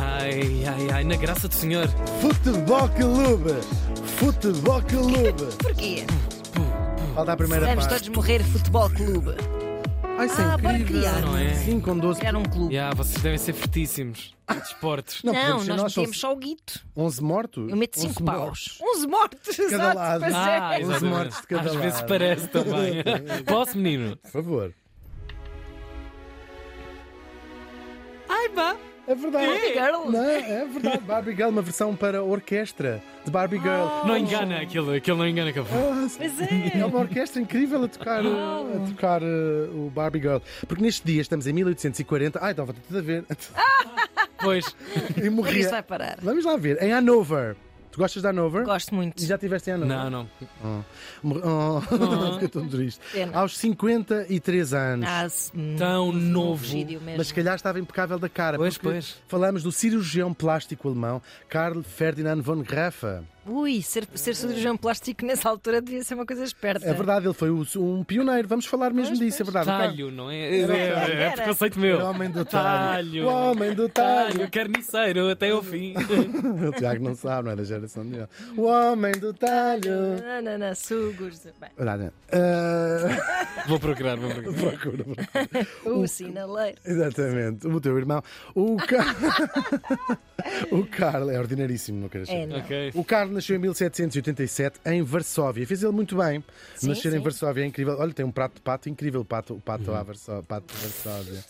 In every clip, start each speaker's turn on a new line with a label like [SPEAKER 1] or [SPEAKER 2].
[SPEAKER 1] Ai, ai, ai, na graça do Senhor.
[SPEAKER 2] Futebol Clube! Futebol Clube!
[SPEAKER 3] Porquê?
[SPEAKER 2] Falta a primeira
[SPEAKER 3] Vamos
[SPEAKER 2] parte.
[SPEAKER 3] todos morrer futebol clube.
[SPEAKER 2] Ai, isso é
[SPEAKER 3] Ah, bora
[SPEAKER 2] incrível.
[SPEAKER 3] criar.
[SPEAKER 1] Não é?
[SPEAKER 2] 5 com 12.
[SPEAKER 3] Criar um clube.
[SPEAKER 1] Yeah, vocês devem ser fortíssimos. Desportos.
[SPEAKER 2] Não, podemos
[SPEAKER 3] Não,
[SPEAKER 2] ser
[SPEAKER 3] nós
[SPEAKER 2] nós, só
[SPEAKER 3] metemos só o guito.
[SPEAKER 2] 11 mortos?
[SPEAKER 3] Eu meto
[SPEAKER 2] 11
[SPEAKER 3] 5
[SPEAKER 2] mortos.
[SPEAKER 3] paus. 11 mortos, exato.
[SPEAKER 2] lado.
[SPEAKER 3] pois é.
[SPEAKER 1] Ah,
[SPEAKER 2] Os
[SPEAKER 1] exatamente.
[SPEAKER 2] mortos de cada
[SPEAKER 1] Às vezes
[SPEAKER 2] lado.
[SPEAKER 1] parece também. Posso, menino?
[SPEAKER 2] Por favor.
[SPEAKER 1] Ai, vá.
[SPEAKER 2] É verdade.
[SPEAKER 3] Barbie Girl.
[SPEAKER 2] Não, é verdade. Barbie Girl, uma versão para orquestra de Barbie
[SPEAKER 3] Ah.
[SPEAKER 2] Girl.
[SPEAKER 1] Não engana aquilo, aquilo não engana que eu vou.
[SPEAKER 2] Ah, sim.
[SPEAKER 3] Pois é.
[SPEAKER 2] É uma orquestra incrível a tocar, eh,
[SPEAKER 3] Ah.
[SPEAKER 2] a tocar eh, o Barbie Girl. Porque neste dia estamos em 1840. Ai, estava tudo a ver.
[SPEAKER 1] Pois,
[SPEAKER 2] E
[SPEAKER 3] Onde é que isso vai
[SPEAKER 2] morria.
[SPEAKER 3] parar?
[SPEAKER 2] Vamos lá ver. Em Hanover. Tu gostas de Hanover?
[SPEAKER 3] Gosto muito.
[SPEAKER 2] E Já estiveste em Hanover?
[SPEAKER 1] não, não.
[SPEAKER 2] Mor- Oh, fiquei tão triste.
[SPEAKER 3] Pena.
[SPEAKER 2] Aos 53 anos.
[SPEAKER 3] Ah, se- hum,
[SPEAKER 1] Tão novo.
[SPEAKER 3] Gírio mesmo.
[SPEAKER 2] Mas se calhar estava impecável da cara.
[SPEAKER 1] Pois,
[SPEAKER 2] porque
[SPEAKER 1] pois.
[SPEAKER 2] Falamos do cirurgião plástico alemão Karl Ferdinand von Graffa.
[SPEAKER 3] Ui, ser, ser cirurgião plástico nessa altura devia ser uma coisa esperta.
[SPEAKER 2] É verdade, ele foi o- um pioneiro. Vamos falar mesmo
[SPEAKER 3] Pois,
[SPEAKER 2] disso, é verdade.
[SPEAKER 1] Talho, não é? É, é, é
[SPEAKER 3] Era.
[SPEAKER 1] preconceito
[SPEAKER 2] O
[SPEAKER 1] meu.
[SPEAKER 2] homem do talho.
[SPEAKER 1] Talho.
[SPEAKER 2] O homem do talho.
[SPEAKER 1] Talho, carniceiro, até ao fim.
[SPEAKER 2] O Tiago não sabe, não é da geração dele. O homem do talho.
[SPEAKER 3] Não, não, não, sugos. Bem,
[SPEAKER 2] Olha, ah,
[SPEAKER 1] Vou procurar, vou procurar.
[SPEAKER 2] procura, procura.
[SPEAKER 3] o sinaleiro.
[SPEAKER 2] Exatamente, o teu irmão. O, Car... o Carl é ordinaríssimo, não quero
[SPEAKER 3] É,
[SPEAKER 2] saber.
[SPEAKER 3] não.
[SPEAKER 1] Ok.
[SPEAKER 2] O Carl nasceu em 1787 em Varsóvia. Fez ele muito bem.
[SPEAKER 3] Sim,
[SPEAKER 2] Nascer em
[SPEAKER 3] sim.
[SPEAKER 2] Varsóvia é incrível. Olha, tem um prato de pato incrível. O pato, o
[SPEAKER 1] Uhum.
[SPEAKER 2] pato à Varsó- pato de Varsóvia.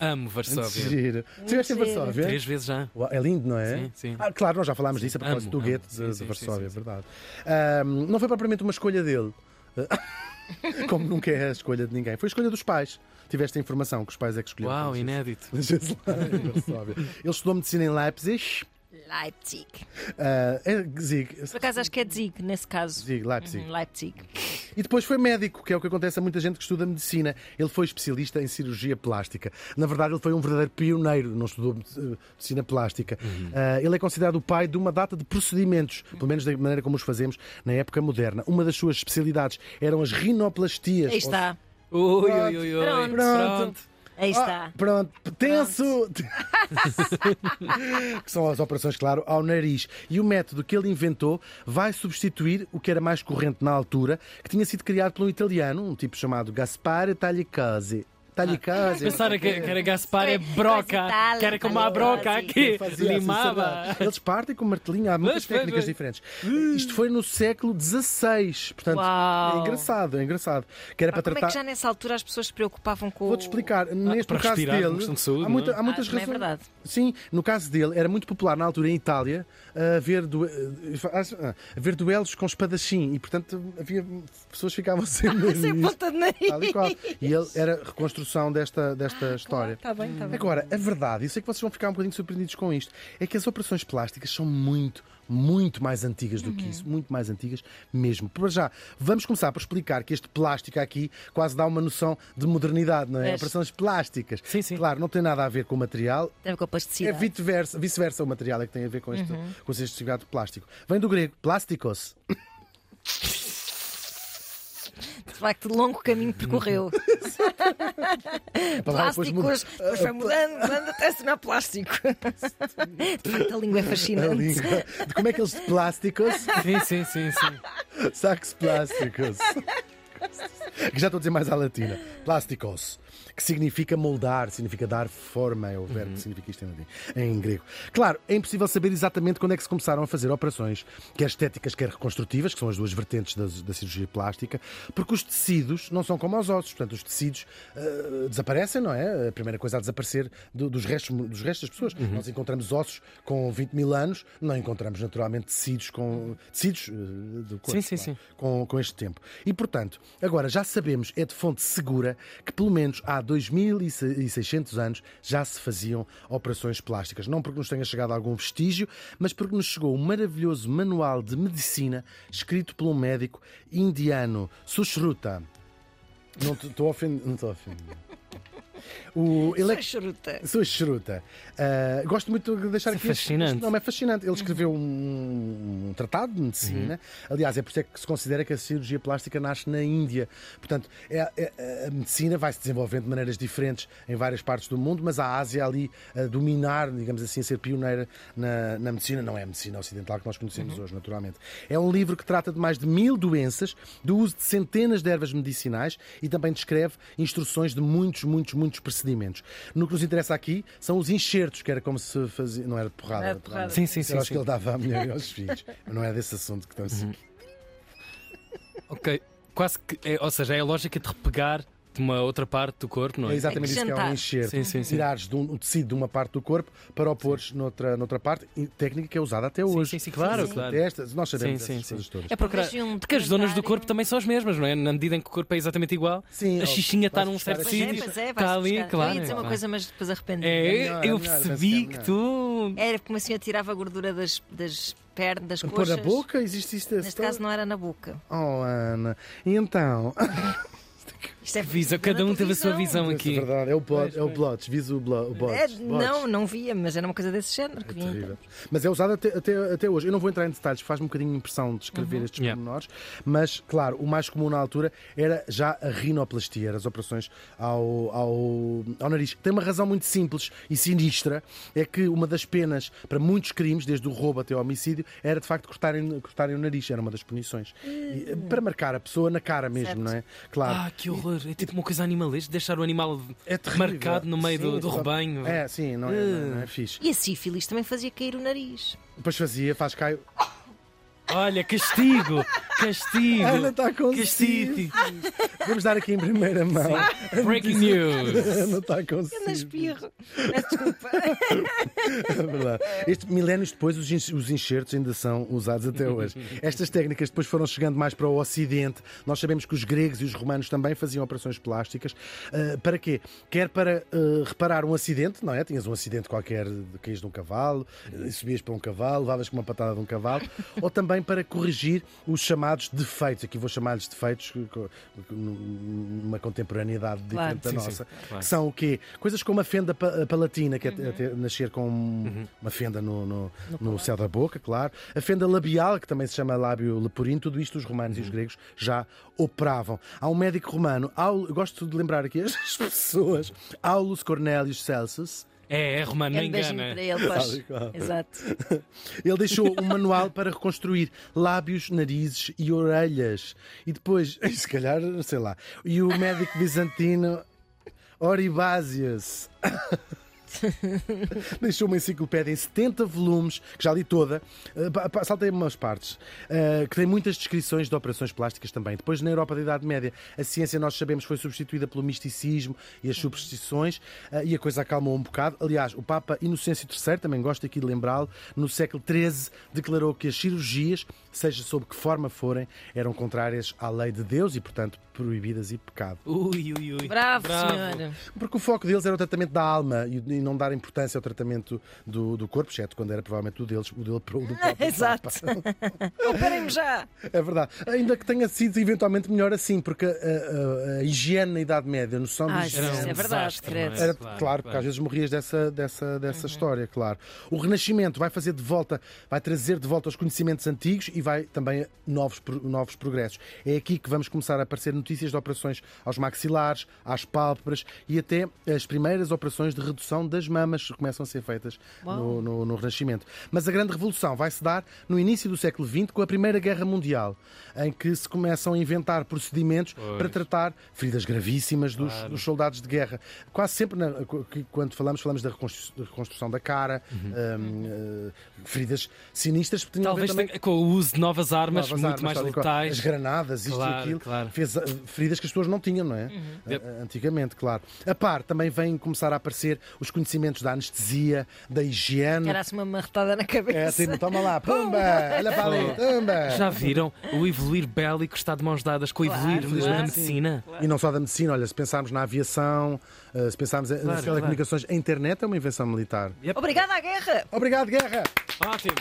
[SPEAKER 1] Amo Varsóvia.
[SPEAKER 2] Giro. Estiveste em
[SPEAKER 3] giro.
[SPEAKER 2] Varsóvia?
[SPEAKER 1] Três vezes já.
[SPEAKER 2] Uau, É lindo, não é?
[SPEAKER 1] Sim, sim.
[SPEAKER 2] Ah, claro, nós já falámos disso a propósito
[SPEAKER 1] Amo,
[SPEAKER 2] do gueto
[SPEAKER 1] amo.
[SPEAKER 2] de,
[SPEAKER 1] Sim,
[SPEAKER 2] de
[SPEAKER 1] sim,
[SPEAKER 2] Varsóvia, é
[SPEAKER 1] sim, sim,
[SPEAKER 2] verdade. Ahm, não foi propriamente uma escolha dele. Como nunca é a escolha de ninguém. Foi a escolha dos pais. Tiveste a informação que os pais é que escolheram.
[SPEAKER 1] Uau,
[SPEAKER 2] Então,
[SPEAKER 1] inédito.
[SPEAKER 2] Deixa-se lá, em Varsóvia. Ele estudou medicina em Leipzig.
[SPEAKER 3] Leipzig.
[SPEAKER 2] ah, é Zig,
[SPEAKER 3] Por acaso acho que é Zig, nesse caso.
[SPEAKER 2] Zig, Leipzig.
[SPEAKER 3] Hum, Leipzig.
[SPEAKER 2] E depois foi médico, que é o que acontece a muita gente que estuda medicina. Ele foi especialista em cirurgia plástica. Na verdade, ele foi um verdadeiro pioneiro, não estudou eh, medicina plástica. Ah, ele é considerado o pai de uma data de procedimentos, pelo menos da maneira como os fazemos na época moderna. Uma das suas especialidades eram as rinoplastias.
[SPEAKER 3] Aí está.
[SPEAKER 1] Ui, ui, ui, ui.
[SPEAKER 3] Pronto.
[SPEAKER 1] Pronto.
[SPEAKER 3] Aí
[SPEAKER 2] Ah,
[SPEAKER 3] está.
[SPEAKER 2] pronto, tenso! que são as operações, claro, ao nariz. E o método que ele inventou vai substituir o que era mais corrente na altura, que tinha sido criado por um italiano, um tipo chamado Gaspare Tagliacase.
[SPEAKER 3] Ah,
[SPEAKER 2] Tagliacase.
[SPEAKER 1] Pensaram que, que era Gaspar é
[SPEAKER 3] Pois,
[SPEAKER 1] broca,
[SPEAKER 3] Itália,
[SPEAKER 1] que era como a
[SPEAKER 3] Itália,
[SPEAKER 1] broca
[SPEAKER 3] Itália,
[SPEAKER 1] aqui,
[SPEAKER 2] Fazia assim,
[SPEAKER 1] limava.
[SPEAKER 2] sabe? Eles partem com martelinho, há muitas
[SPEAKER 1] Mas foi,
[SPEAKER 2] técnicas
[SPEAKER 1] foi.
[SPEAKER 2] diferentes. Isto foi no século XVI, portanto,
[SPEAKER 3] Uau.
[SPEAKER 2] é engraçado, é engraçado. Que era
[SPEAKER 3] Pá,
[SPEAKER 2] para
[SPEAKER 3] como é
[SPEAKER 2] tratar.
[SPEAKER 3] que já nessa altura as pessoas se preocupavam com
[SPEAKER 2] Vou-te explicar. Neste
[SPEAKER 1] Ah, para
[SPEAKER 2] no caso
[SPEAKER 1] respirar, uma
[SPEAKER 2] dele,
[SPEAKER 1] questão de saúde,
[SPEAKER 2] há,
[SPEAKER 1] não é?
[SPEAKER 2] muita- há muitas
[SPEAKER 3] também é
[SPEAKER 2] razões.
[SPEAKER 3] verdade.
[SPEAKER 2] Sim, no caso dele, era muito popular na altura em Itália haver, due- ah, haver duelos com espadachim e, portanto, havia pessoas que ficavam sem
[SPEAKER 3] o. Sem
[SPEAKER 2] nariz,
[SPEAKER 3] ponta de nariz.
[SPEAKER 2] tal e qual. E ele era a reconstrução desta,
[SPEAKER 3] Ah,
[SPEAKER 2] desta história. É
[SPEAKER 3] Está Tá bem, está bem.
[SPEAKER 2] Agora, a verdade, e sei que vocês vão ficar um bocadinho surpreendidos com isto, é que as operações plásticas são muito, muito mais antigas do
[SPEAKER 1] Uhum.
[SPEAKER 2] que isso. Muito mais antigas mesmo. Para já, vamos começar por explicar que este plástico aqui quase dá uma noção de modernidade, não é?
[SPEAKER 3] Pois.
[SPEAKER 2] Operações plásticas.
[SPEAKER 1] Sim, sim.
[SPEAKER 2] Claro, não tem nada a ver com o material.
[SPEAKER 3] Tem com a
[SPEAKER 2] É
[SPEAKER 3] plasticidade.
[SPEAKER 2] vice-versa, vice-versa o material é que tem a ver com este,
[SPEAKER 1] Uhum.
[SPEAKER 2] com este significado de plástico. Vem do grego plásticos.
[SPEAKER 3] De facto, longo caminho percorreu.
[SPEAKER 2] É
[SPEAKER 3] Plásticos, depois foi mudando, mudando até se não é plástico. De facto, a língua é
[SPEAKER 2] A
[SPEAKER 3] fascinante.
[SPEAKER 2] língua. De Como é que eles de plásticos?
[SPEAKER 1] Sim, sim, sim, sim.
[SPEAKER 2] Sacos plásticos. Que já estou a dizer mais à latina. Plásticos. Que significa moldar, significa dar forma, é o verbo
[SPEAKER 1] Uhum.
[SPEAKER 2] que significa isto em, latim, em grego. Claro, é impossível saber exatamente quando é que se começaram a fazer operações, quer estéticas, quer reconstrutivas, que são as duas vertentes da, da cirurgia plástica, porque os tecidos não são como os ossos, portanto, os tecidos eh, desaparecem, não é? A primeira coisa a desaparecer do- dos, restos, dos restos das pessoas.
[SPEAKER 1] Uhum.
[SPEAKER 2] Nós encontramos ossos com 20 mil anos, não encontramos naturalmente tecidos com. tecidos eh, do corpo.
[SPEAKER 1] Sim, sim,
[SPEAKER 2] claro
[SPEAKER 1] sim.
[SPEAKER 2] com, com este tempo. E, portanto, agora já sabemos, é de fonte segura, que pelo menos há 2.600 anos já se faziam operações plásticas. Não porque nos tenha chegado algum vestígio, mas porque nos chegou um maravilhoso manual de medicina escrito por um médico indiano, Sushruta. Não te- estou ofendido. Não estou ofendido. O, ele é
[SPEAKER 3] Sou charuta.
[SPEAKER 2] Sua Cheruta. Ah, gosto muito de deixar
[SPEAKER 1] Isso é
[SPEAKER 2] aqui. este-
[SPEAKER 1] fascinante.
[SPEAKER 2] Este nome é fascinante. Ele escreveu um, um tratado de medicina. Aliás, é por isso é que se considera que a cirurgia plástica nasce na Índia. Portanto, é- é- a medicina vai se desenvolvendo de maneiras diferentes em várias partes do mundo, mas a Ásia ali a dominar, digamos assim, a ser pioneira na, na medicina. Não é a medicina ocidental que nós conhecemos hoje, naturalmente. É um livro que trata de mais de mil doenças, do uso de centenas de ervas medicinais e também descreve instruções de muitos, muitos, muitos procedimentos. No que nos interessa aqui são os enxertos, que era como se fazia. Não era de porrada.
[SPEAKER 3] Era de porrada.
[SPEAKER 1] Sim, sim, sim.
[SPEAKER 2] Eu acho
[SPEAKER 1] sim.
[SPEAKER 2] que ele dava a mulher e aos filhos. Mas não é desse assunto que
[SPEAKER 1] Uhum.
[SPEAKER 2] estamos aqui.
[SPEAKER 1] Ok. Quase que. é- ou seja, é a lógica de repegar de uma outra parte do corpo, não
[SPEAKER 2] É
[SPEAKER 1] é?
[SPEAKER 2] exatamente isso que é um
[SPEAKER 3] Acrescentar.
[SPEAKER 2] enxerto.
[SPEAKER 1] Sim, sim, sim.
[SPEAKER 2] Tirares de um, um tecido de uma parte do corpo para o pores noutra, noutra parte, e técnica que é usada até
[SPEAKER 1] Sim,
[SPEAKER 2] hoje.
[SPEAKER 1] sim, sim, claro,
[SPEAKER 2] Portanto,
[SPEAKER 1] claro.
[SPEAKER 2] é esta- nós sabemos
[SPEAKER 1] Sim,
[SPEAKER 2] essas
[SPEAKER 1] sim,
[SPEAKER 2] coisas
[SPEAKER 1] sim.
[SPEAKER 2] todas.
[SPEAKER 1] É procurar.
[SPEAKER 3] Mas juntarem-
[SPEAKER 1] Porque as zonas do corpo também são as mesmas, não é? Na medida em que o corpo é exatamente igual,
[SPEAKER 2] Sim, ó,
[SPEAKER 1] a xixinha está
[SPEAKER 2] vais
[SPEAKER 1] num
[SPEAKER 2] buscar
[SPEAKER 1] certo
[SPEAKER 2] aqui.
[SPEAKER 3] Pois é,
[SPEAKER 1] sítio.
[SPEAKER 3] pois é, vais
[SPEAKER 1] Está Tá ali,
[SPEAKER 3] buscar. Eu
[SPEAKER 1] claro.
[SPEAKER 3] ia dizer uma
[SPEAKER 1] claro.
[SPEAKER 3] coisa, mas depois arrependi.
[SPEAKER 1] É,
[SPEAKER 2] melhor, é
[SPEAKER 1] eu
[SPEAKER 2] melhor, penso
[SPEAKER 1] percebi
[SPEAKER 2] que é
[SPEAKER 1] que tu.
[SPEAKER 3] Era como assim eu tirava a gordura das, das pernas, das
[SPEAKER 2] Pôr
[SPEAKER 3] coxas.
[SPEAKER 2] na boca? então. Existe isto?
[SPEAKER 3] Neste caso não era na boca.
[SPEAKER 2] Oh, Ana. E então.
[SPEAKER 3] Isto é
[SPEAKER 1] Visão. Cada um teve a sua visão
[SPEAKER 2] É
[SPEAKER 1] aqui.
[SPEAKER 2] verdade, é o plot, é o plot, visa o, blo, o bot.
[SPEAKER 3] É, não, não via, mas era uma coisa desse género que vinha.
[SPEAKER 2] Terrível. Mas é usado até, até, até hoje. Eu não vou entrar em detalhes, faz-me um bocadinho impressão de escrever estes
[SPEAKER 1] Yeah.
[SPEAKER 2] pormenores, mas claro, o mais comum na altura era já a rinoplastia, era as operações ao, ao, ao nariz. Tem uma razão muito simples e sinistra: é que uma das penas para muitos crimes, desde o roubo até o homicídio, era de facto cortarem, cortarem o nariz, era uma das punições. E, eh, para marcar a pessoa na cara mesmo,
[SPEAKER 3] Certo.
[SPEAKER 2] não é? Claro.
[SPEAKER 1] Ah, que horror! É tipo uma coisa animalesca, deixar o animal
[SPEAKER 2] É terrível.
[SPEAKER 1] marcado no meio
[SPEAKER 2] Sim,
[SPEAKER 1] do, do
[SPEAKER 2] exato.
[SPEAKER 1] rebanho.
[SPEAKER 2] É, sim, não é, não é- não é fixe.
[SPEAKER 3] E a sífilis também fazia cair o nariz.
[SPEAKER 2] Depois fazia, faz caio.
[SPEAKER 1] Olha, castigo! Castigo!
[SPEAKER 2] Ana está tá com
[SPEAKER 1] castigo!
[SPEAKER 2] Vamos dar aqui em primeira mão.
[SPEAKER 1] Breaking news!
[SPEAKER 2] Ana está com
[SPEAKER 3] Eu não
[SPEAKER 2] ciúmes.
[SPEAKER 3] espirro. Peço Desculpa.
[SPEAKER 2] É verdade. Este, milénios depois, os enx- os enxertos ainda são usados até hoje. Estas técnicas depois foram chegando mais para o Ocidente. Nós sabemos que os gregos e os romanos também faziam operações plásticas. Ah, para quê? Quer para ah, reparar um acidente, não é? Tinhas um acidente qualquer, de- caías de um cavalo, eh, subias para um cavalo, levavas com uma patada de um cavalo, ou também para corrigir os chamados defeitos. Aqui vou chamar-lhes defeitos que- que- numa contemporaneidade
[SPEAKER 3] Claro.
[SPEAKER 2] diferente da
[SPEAKER 1] Sim, sim,
[SPEAKER 2] nossa.
[SPEAKER 1] claro.
[SPEAKER 2] Que são o quê? Coisas como a fenda pa- palatina, que é te- te- nascer com
[SPEAKER 1] Uhum.
[SPEAKER 2] uma fenda no, no, no céu da boca, claro. A fenda labial, que também se chama lábio leporino, tudo isto os romanos
[SPEAKER 1] Uhum.
[SPEAKER 2] e os gregos já operavam. Há um médico romano, Aul- eu gosto de lembrar aqui as pessoas, Aulus Cornelius Celsus.
[SPEAKER 1] É, é romano, não
[SPEAKER 3] Um beijinho
[SPEAKER 1] engana.
[SPEAKER 3] para ele, pois.
[SPEAKER 2] Tal e qual.
[SPEAKER 3] Exato.
[SPEAKER 2] Ele deixou um manual para reconstruir lábios, narizes e orelhas. E depois, se calhar, sei lá, e o médico bizantino Oribásias. Deixou uma enciclopédia em 70 volumes, que já li toda. Eh, pa- pa- Saltei umas partes. eh, Que tem muitas descrições de operações plásticas também. Depois, na Europa da Idade Média, a ciência, nós sabemos, foi substituída pelo misticismo e as superstições. eh, E a coisa acalmou um bocado. Aliás, o Papa Inocêncio III, também gosto aqui de lembrá-lo, no século XIII declarou que as cirurgias, seja sob que forma forem, eram contrárias à lei de Deus e, portanto, proibidas e pecado.
[SPEAKER 1] Ui, ui, ui.
[SPEAKER 3] Bravo, senhora.
[SPEAKER 2] Porque o foco deles era o tratamento da alma e e não dar importância ao tratamento do, do corpo, exceto quando era provavelmente o deles, o dele o do próprio
[SPEAKER 3] Exato.
[SPEAKER 2] Papa.
[SPEAKER 3] Operem-me já.
[SPEAKER 2] É verdade. Ainda que tenha sido eventualmente melhor assim, porque a, a- a higiene na Idade Média, a noção de
[SPEAKER 3] Ah,
[SPEAKER 2] higiene.
[SPEAKER 1] Era um
[SPEAKER 3] Isso é verdade,
[SPEAKER 1] desastre,
[SPEAKER 3] credo.
[SPEAKER 1] não é?
[SPEAKER 2] Era, claro, porque às vezes morrias dessa, dessa, dessa história, claro. O Renascimento vai fazer de volta, vai trazer de volta os conhecimentos antigos e vai também novos, pro- novos progressos. É aqui que vamos começar a aparecer notícias de operações aos maxilares, às pálpebras e até as primeiras operações de redução das mamas que começam a ser feitas no, no- no Renascimento. Mas a grande revolução vai se dar no início do século XX com a Primeira Guerra Mundial, em que se começam a inventar procedimentos para tratar feridas gravíssimas dos, dos soldados de guerra. Quase sempre, na- qu- que- quando falamos, falamos da reconstru- da reconstrução da cara,
[SPEAKER 1] Uhum.
[SPEAKER 2] hum, eh, feridas sinistras. que tinham a ver
[SPEAKER 1] Talvez
[SPEAKER 2] também
[SPEAKER 1] tenha- com o uso de novas armas,
[SPEAKER 2] novas
[SPEAKER 1] muito
[SPEAKER 2] armas,
[SPEAKER 1] mais
[SPEAKER 2] tal e qual.
[SPEAKER 1] letais.
[SPEAKER 2] As granadas, isto
[SPEAKER 1] Claro,
[SPEAKER 2] e aquilo,
[SPEAKER 1] claro. Uhum.
[SPEAKER 2] fez ah, feridas que as pessoas não tinham, não é? Ah,
[SPEAKER 1] Yep.
[SPEAKER 2] Antigamente, claro. A par, também vêm começar a aparecer os conhecimentos da anestesia, da higiene.
[SPEAKER 3] Era-se assim uma marretada na
[SPEAKER 2] É,
[SPEAKER 3] cabeça.
[SPEAKER 2] tipo, toma lá, pumba, olha para ali, pumba.
[SPEAKER 1] Já viram? O evoluir bélico está de mãos dadas com o
[SPEAKER 3] Claro,
[SPEAKER 1] evoluir
[SPEAKER 3] claro.
[SPEAKER 1] da medicina.
[SPEAKER 2] E não só da medicina, olha, se pensarmos na aviação, ah, se pensarmos em- nas
[SPEAKER 1] Claro,
[SPEAKER 2] telecomunicações, a internet é uma invenção militar.
[SPEAKER 3] Obrigada à guerra.
[SPEAKER 2] Obrigado, guerra!
[SPEAKER 1] Ótimo!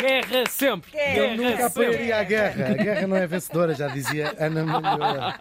[SPEAKER 1] Guerra sempre!
[SPEAKER 3] Guerra
[SPEAKER 1] Guerra
[SPEAKER 2] Nunca
[SPEAKER 1] sempre!
[SPEAKER 2] apoiaria a guerra. A guerra não é vencedora, já dizia Ana Melhor.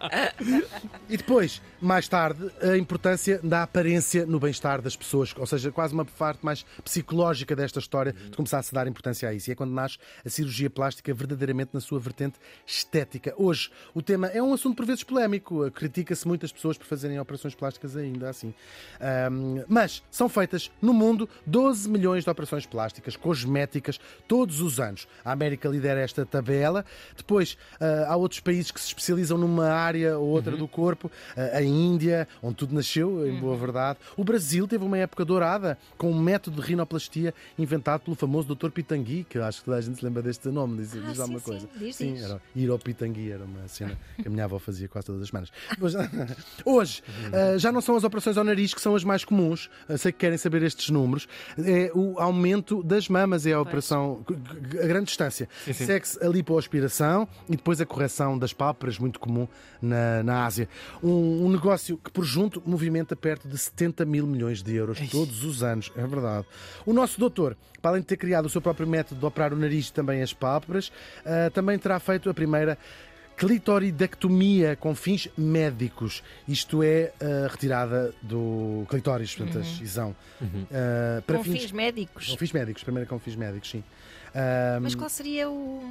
[SPEAKER 2] E depois, mais tarde, a importância da aparência no bem-estar das pessoas, ou seja, quase uma parte mais psicológica desta história de começar a se dar importância a isso. E é quando nasce a cirurgia plástica verdadeiramente na sua vertente estética. Hoje, o tema é um assunto por vezes polémico. Critica-se muitas pessoas por fazerem operações plásticas ainda assim. Ahm, mas são feitas no mundo 12 milhões de operações plásticas, cosméticas, todos os anos. A América lidera esta tabela. Depois ah, há outros países que se especializam numa área ou
[SPEAKER 3] Uhum.
[SPEAKER 2] outra do corpo. Ah, a Índia, onde tudo nasceu, em boa verdade. O Brasil teve uma época dourada com um método de rinoplastia inventado pelo famoso Dr. Pitangui, que eu acho que toda a gente se lembra deste nome, diz,
[SPEAKER 3] Ah,
[SPEAKER 2] diz
[SPEAKER 3] sim,
[SPEAKER 2] alguma
[SPEAKER 3] sim,
[SPEAKER 2] coisa.
[SPEAKER 3] diz,
[SPEAKER 2] sim,
[SPEAKER 3] diz.
[SPEAKER 2] era ir ao Pitangui, era uma cena que a minha avó fazia quase todas as semanas. Mas, hoje,
[SPEAKER 1] Uhum.
[SPEAKER 2] ah, já não são as operações ao nariz que são as mais comuns, Ah, sei que querem saber estes números, é o aumento das mamas, é a operação a grande distância.
[SPEAKER 1] sim.
[SPEAKER 2] Segue-se a lipoaspiração e depois a correção das pálpebras, muito comum na, na Ásia. Um, um negócio que, por junto, movimenta perto de 70 mil milhões de euros todos os anos, é verdade. O nosso doutor, para além de ter criado o seu próprio método de operar o nariz e também as pálpebras, ah, também terá feito a primeira clitoridectomia com fins médicos. Isto é a retirada do clitóris, portanto, a excisão. Ah, para
[SPEAKER 3] Com fins, médicos.
[SPEAKER 2] com fins médicos, primeiro com fins médicos, sim. Ah,
[SPEAKER 3] Mas qual seria o...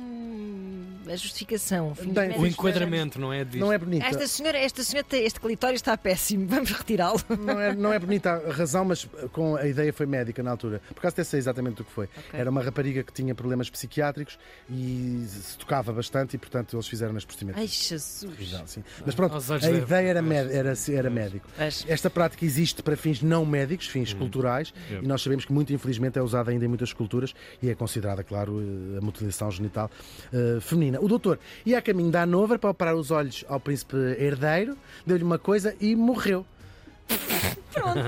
[SPEAKER 3] a justificação? Fins
[SPEAKER 2] Bem,
[SPEAKER 1] O
[SPEAKER 3] médicos.
[SPEAKER 1] enquadramento, não é? Disto.
[SPEAKER 2] não é bonita.
[SPEAKER 3] Esta senhora, esta senhora, tem- este clitóris está péssimo. Vamos retirá-lo.
[SPEAKER 2] Não é, não é bonita a razão, mas eh, com a ideia foi médica na altura. Por acaso até sei exatamente o que foi. Era uma rapariga que tinha problemas psiquiátricos e se tocava bastante e, portanto, eles fizeram as procedimentos.
[SPEAKER 3] Ai, Jesus.
[SPEAKER 2] Sim. Mas pronto,
[SPEAKER 1] Aos olhos
[SPEAKER 2] a
[SPEAKER 1] da-
[SPEAKER 2] ideia era, med- era, era médico.
[SPEAKER 3] Mas-
[SPEAKER 2] Esta prática existe para fins não médicos, fins culturais,
[SPEAKER 1] Hum. Yep.
[SPEAKER 2] e nós sabemos que, muito infelizmente, é usada ainda em muitas culturas e é considerada, claro, eh, a mutilação genital eh, feminina. O doutor ia a caminho da Hanover para operar os olhos ao príncipe herdeiro, deu-lhe uma coisa e morreu. Pronto!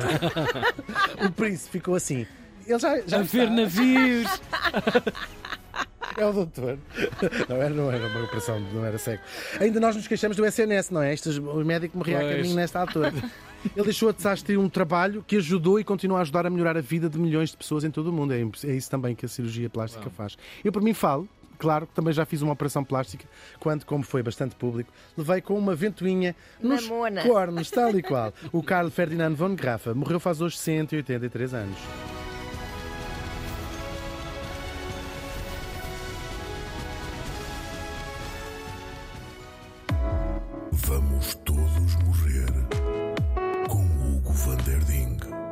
[SPEAKER 2] o príncipe ficou assim. Ele já, já
[SPEAKER 1] A ver navios!
[SPEAKER 2] é o doutor. Não era, não era uma operação, não era cego. Ainda nós nos queixamos do SNS, não é? Estes, o médico morria a
[SPEAKER 1] Pois.
[SPEAKER 2] caminho nesta altura. Ele deixou a desastre um trabalho que ajudou e continua a ajudar a melhorar a vida de milhões de pessoas em todo o mundo. É, imp- é isso também que a cirurgia plástica faz. Eu, por mim, falo. Claro que também já fiz uma operação plástica, quando, como foi bastante público, levei com uma ventoinha nos
[SPEAKER 3] Mamona.
[SPEAKER 2] cornos, tal e qual. O Carlo Ferdinand von Graffa morreu faz hoje 183 anos.
[SPEAKER 4] Vamos todos morrer com Hugo Van Der Ding.